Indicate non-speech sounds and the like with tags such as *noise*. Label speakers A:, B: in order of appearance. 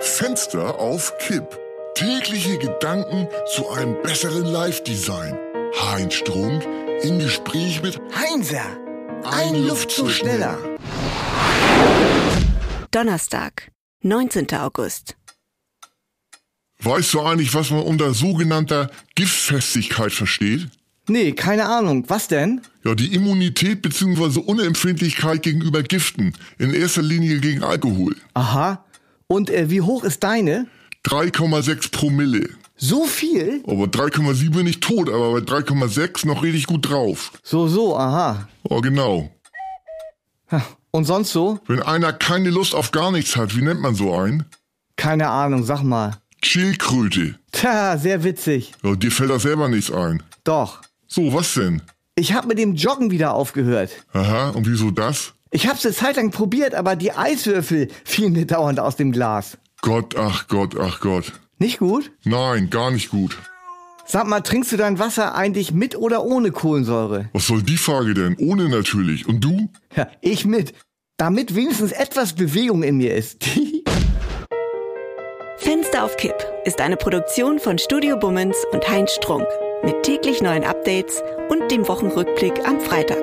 A: Fenster auf Kipp. Tägliche Gedanken zu einem besseren Live-Design. Heinz Strunk im Gespräch mit
B: Heinzer,
A: Ein Luftzug schneller.
C: Donnerstag, 19. August.
A: Weißt du eigentlich, was man unter sogenannter Giftfestigkeit versteht?
B: Nee, keine Ahnung. Was denn?
A: Ja, die Immunität bzw. Unempfindlichkeit gegenüber Giften, in erster Linie gegen Alkohol.
B: Aha. Und äh, wie hoch ist deine?
A: 3,6 Promille.
B: So viel?
A: Aber 3,7 bin ich tot, aber bei 3,6 noch richtig gut drauf.
B: So, so, aha.
A: Oh, genau.
B: Ha. Und sonst so?
A: Wenn einer keine Lust auf gar nichts hat, wie nennt man so einen?
B: Keine Ahnung, sag mal.
A: Chillkröte.
B: Tja, sehr witzig.
A: Ja, dir fällt da selber nichts ein.
B: Doch.
A: So, was denn?
B: Ich hab mit dem Joggen wieder aufgehört.
A: Aha, und wieso das?
B: Ich hab's eine Zeit lang probiert, aber die Eiswürfel fielen mir *laughs* dauernd aus dem Glas.
A: Gott, ach Gott, ach Gott.
B: Nicht gut?
A: Nein, gar nicht gut.
B: Sag mal, trinkst du dein Wasser eigentlich mit oder ohne Kohlensäure?
A: Was soll die Frage denn? Ohne natürlich. Und du?
B: Ja, ich mit. Damit wenigstens etwas Bewegung in mir ist. *laughs*
C: Fenster auf Kipp ist eine Produktion von Studio Bummens und Heinz Strunk. Mit täglich neuen Updates und dem Wochenrückblick am Freitag.